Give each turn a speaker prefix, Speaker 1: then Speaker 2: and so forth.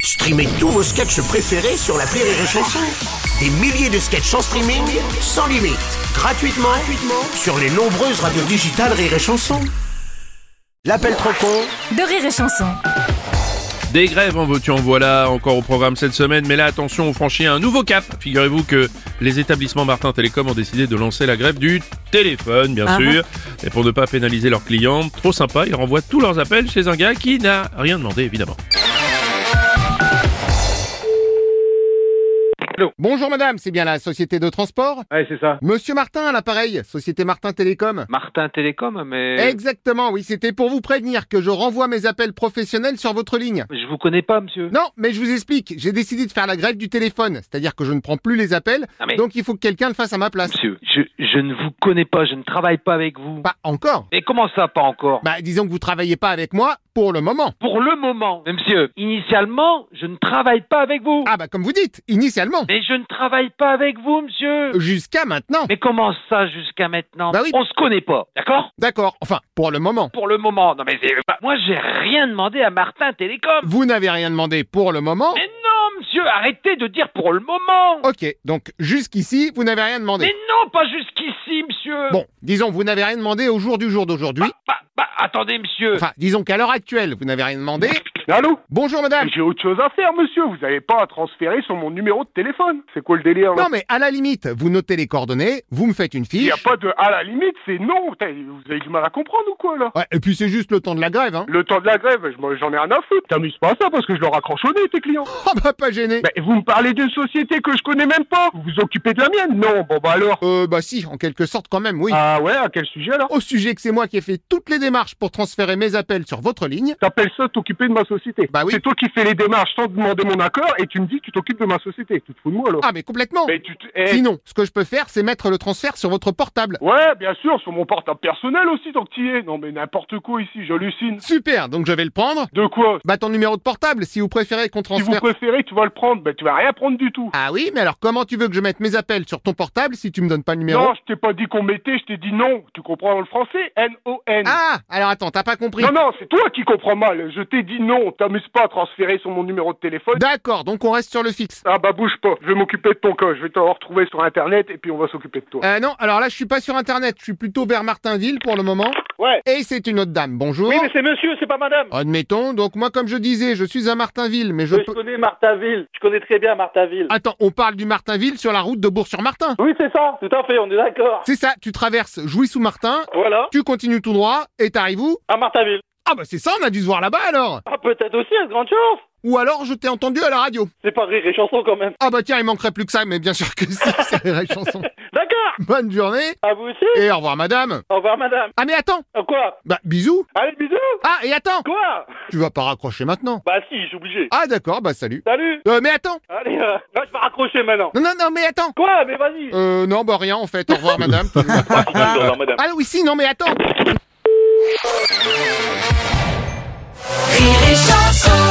Speaker 1: Streamez tous vos sketchs préférés sur la Rire et Chanson. Des milliers de sketchs en streaming, sans limite, gratuitement, gratuitement sur les nombreuses radios digitales Rire et Chanson. L'appel trop con
Speaker 2: de rire et chanson.
Speaker 3: Des grèves en voiture, en voilà, encore au programme cette semaine, mais là attention, on franchit un nouveau cap. Figurez-vous que les établissements Martin Télécom ont décidé de lancer la grève du téléphone, bien sûr. Et pour ne pas pénaliser leurs clients, trop sympa, ils renvoient tous leurs appels chez un gars qui n'a rien demandé, évidemment.
Speaker 4: Bonjour madame, c'est bien la société de transport
Speaker 5: Ouais, c'est ça.
Speaker 4: Monsieur Martin à l'appareil, société Martin Télécom.
Speaker 5: Martin Télécom, mais.
Speaker 4: Exactement, oui, c'était pour vous prévenir que je renvoie mes appels professionnels sur votre ligne.
Speaker 5: je vous connais pas, monsieur.
Speaker 4: Non, mais je vous explique, j'ai décidé de faire la grève du téléphone, c'est-à-dire que je ne prends plus les appels,
Speaker 5: Ah, mais-
Speaker 4: donc il faut que quelqu'un le fasse à ma place.
Speaker 5: Monsieur, je, je ne vous connais pas, je ne travaille pas avec vous.
Speaker 4: Pas Bah, encore.
Speaker 5: Et comment ça, pas encore
Speaker 4: Bah disons que vous travaillez pas avec moi pour le moment.
Speaker 5: Pour le moment, mais monsieur, initialement, je ne travaille pas avec vous.
Speaker 4: Ah bah comme vous dites, initialement.
Speaker 5: Mais je ne travaille pas avec vous, monsieur.
Speaker 4: Jusqu'à maintenant.
Speaker 5: Mais comment ça jusqu'à maintenant
Speaker 4: Euh, Bah oui.
Speaker 5: On se connaît pas, d'accord
Speaker 4: D'accord, enfin, pour le moment.
Speaker 5: Pour le moment, non mais c'est- bah, moi j'ai rien demandé à Martin Télécom.
Speaker 4: Vous n'avez rien demandé pour le moment.
Speaker 5: Mais non, monsieur, arrêtez de dire pour le moment.
Speaker 4: Ok, donc jusqu'ici, vous n'avez rien
Speaker 5: Mais
Speaker 4: demandé.
Speaker 5: non, pas jusqu'ici, monsieur.
Speaker 4: Bon, disons, vous n'avez rien demandé au jour du jour d'aujourd'hui.
Speaker 5: Bah, bah, attendez, monsieur.
Speaker 4: Enfin, disons qu'à l'heure actuelle, vous n'avez rien demandé.
Speaker 6: Allô
Speaker 4: Bonjour madame.
Speaker 6: J'ai autre chose à faire, monsieur. Vous n'avez pas à transférer sur mon numéro de téléphone. C'est quoi le délire là
Speaker 4: Non mais à la limite, vous notez les coordonnées, vous me faites une
Speaker 6: Il n'y
Speaker 4: fiche.
Speaker 6: a pas de. À la limite, c'est non. Putain, Vous avez du mal à comprendre ou quoi là
Speaker 4: Ouais, et puis c'est juste le temps de la grève, hein.
Speaker 6: Le temps de la grève, je m'en- j'en ai rien à foutre. T'amuses pas à ça parce que je leur raccroche au nez, tes clients.
Speaker 4: Ah bah pas gêné.
Speaker 6: Bah, vous me parlez d'une société que je connais même pas. Vous vous occupez de la mienne Non, bon bah alors.
Speaker 4: Euh bah si, en quelque sorte quand même, oui.
Speaker 6: Ah ouais, à quel sujet alors
Speaker 4: Au sujet que c'est moi qui ai fait toutes les démarches pour transférer mes appels sur votre ligne.
Speaker 6: T'appelles ça t'occuper de ma société
Speaker 4: Bah oui.
Speaker 6: C'est toi qui fais les démarches sans demander mon accord et tu me dis que tu t'occupes de ma société. Tu te fous de moi alors
Speaker 4: Ah mais complètement.
Speaker 6: Mais tu te. eh,
Speaker 4: Sinon, ce que je peux faire, c'est mettre le transfert sur votre portable.
Speaker 6: Ouais, bien sûr, sur mon portable personnel aussi, tant que t'y es. Non, mais n'importe quoi ici, j'hallucine.
Speaker 4: Super, donc je vais le prendre.
Speaker 6: De quoi
Speaker 4: Bah ton numéro de portable, si vous préférez qu'on
Speaker 6: Si vous
Speaker 4: transfère.
Speaker 6: préférez, tu vas le prendre. Ben, tu vas rien prendre du tout.
Speaker 4: Ah oui, mais alors comment tu veux que je mette mes appels sur ton portable si tu me donnes pas le numéro
Speaker 6: Non, je t'ai pas dit qu'on mettait, je t'ai dit non. Tu comprends le français N-O-N.
Speaker 4: Ah, alors attends, t'as pas compris.
Speaker 6: non, non, c'est toi qui comprends mal. Je t'ai dit non. T'amuses pas à transférer sur mon numéro de téléphone.
Speaker 4: D'accord, donc on reste sur le fixe.
Speaker 6: Ah bah bouge pas. Je vais m'occuper de ton cas. Je vais t'en retrouver sur Internet et puis on va s'occuper de toi.
Speaker 4: Euh, non, alors là, je suis pas sur Internet. Je suis plutôt vers Martinville pour le moment.
Speaker 6: Ouais.
Speaker 4: Et c'est une autre dame. Bonjour.
Speaker 7: Oui, mais c'est monsieur, c'est pas madame.
Speaker 4: Admettons, donc moi, comme je disais, je suis à Martinville, mais je
Speaker 7: Je
Speaker 4: peux... Ah.
Speaker 7: connais Martinville. Je connais très bien Martinville.
Speaker 4: Attends, on parle du Martinville sur la route de Bourg-sur-Martin.
Speaker 7: Oui, c'est ça. Tout à fait, on est d'accord.
Speaker 4: C'est ça, tu traverses Jouy-sous-Martin,
Speaker 7: Voilà,
Speaker 4: tu continues tout droit, et t'arrives où
Speaker 7: à Martinville.
Speaker 4: Ah bah c'est ça, on a dû se voir là-bas alors
Speaker 7: Ah, peut-être aussi, à grande chance.
Speaker 4: Ou alors je t'ai entendu à la radio.
Speaker 7: C'est pas rire et chanson quand même.
Speaker 4: Ah bah tiens, il manquerait plus que ça, mais bien sûr que si, c'est la chanson.
Speaker 7: D'accord.
Speaker 4: Bonne journée,
Speaker 7: À vous aussi.
Speaker 4: et au revoir madame.
Speaker 7: Au revoir, madame.
Speaker 4: Ah mais attends,
Speaker 7: Euh, Quoi
Speaker 4: bah bisous.
Speaker 7: Allez, bisous.
Speaker 4: Ah et attends,
Speaker 7: Quoi
Speaker 4: tu vas pas raccrocher maintenant.
Speaker 7: Bah si, je suis obligé.
Speaker 4: Ah d'accord, bah salut.
Speaker 7: Salut.
Speaker 4: Euh mais attends,
Speaker 7: Allez, euh, là, je vais raccrocher maintenant.
Speaker 4: non non non mais attends.
Speaker 7: Quoi Mais vas-y.
Speaker 4: Euh, non, bah rien en fait. Au revoir, madame.
Speaker 7: Au revoir, madame.
Speaker 4: ah oui, si, non, mais attends.
Speaker 2: Rire et chanson.